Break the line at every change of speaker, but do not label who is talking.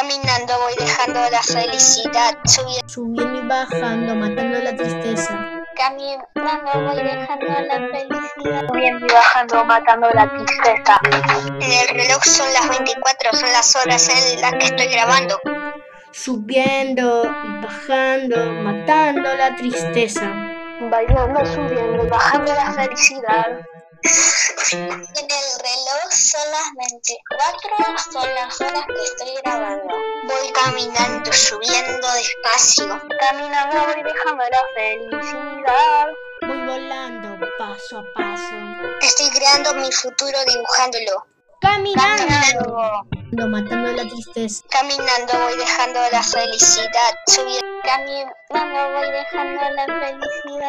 caminando voy dejando la felicidad, subiendo,
subiendo y bajando, matando la tristeza.
caminando voy dejando la felicidad, subiendo y bajando, matando la tristeza. En el reloj son las 24, son las horas en las que estoy grabando.
Subiendo y bajando, matando la tristeza.
Bailando, subiendo, bajando la felicidad. En el reloj son las 24, son las horas que estoy grabando. Voy caminando, subiendo despacio. Caminando voy dejando la felicidad.
Voy volando paso a paso.
Estoy creando mi futuro dibujándolo.
Caminando,
Caminando,
matando la tristeza.
caminando voy dejando la felicidad. Subiendo, caminando voy dejando la felicidad.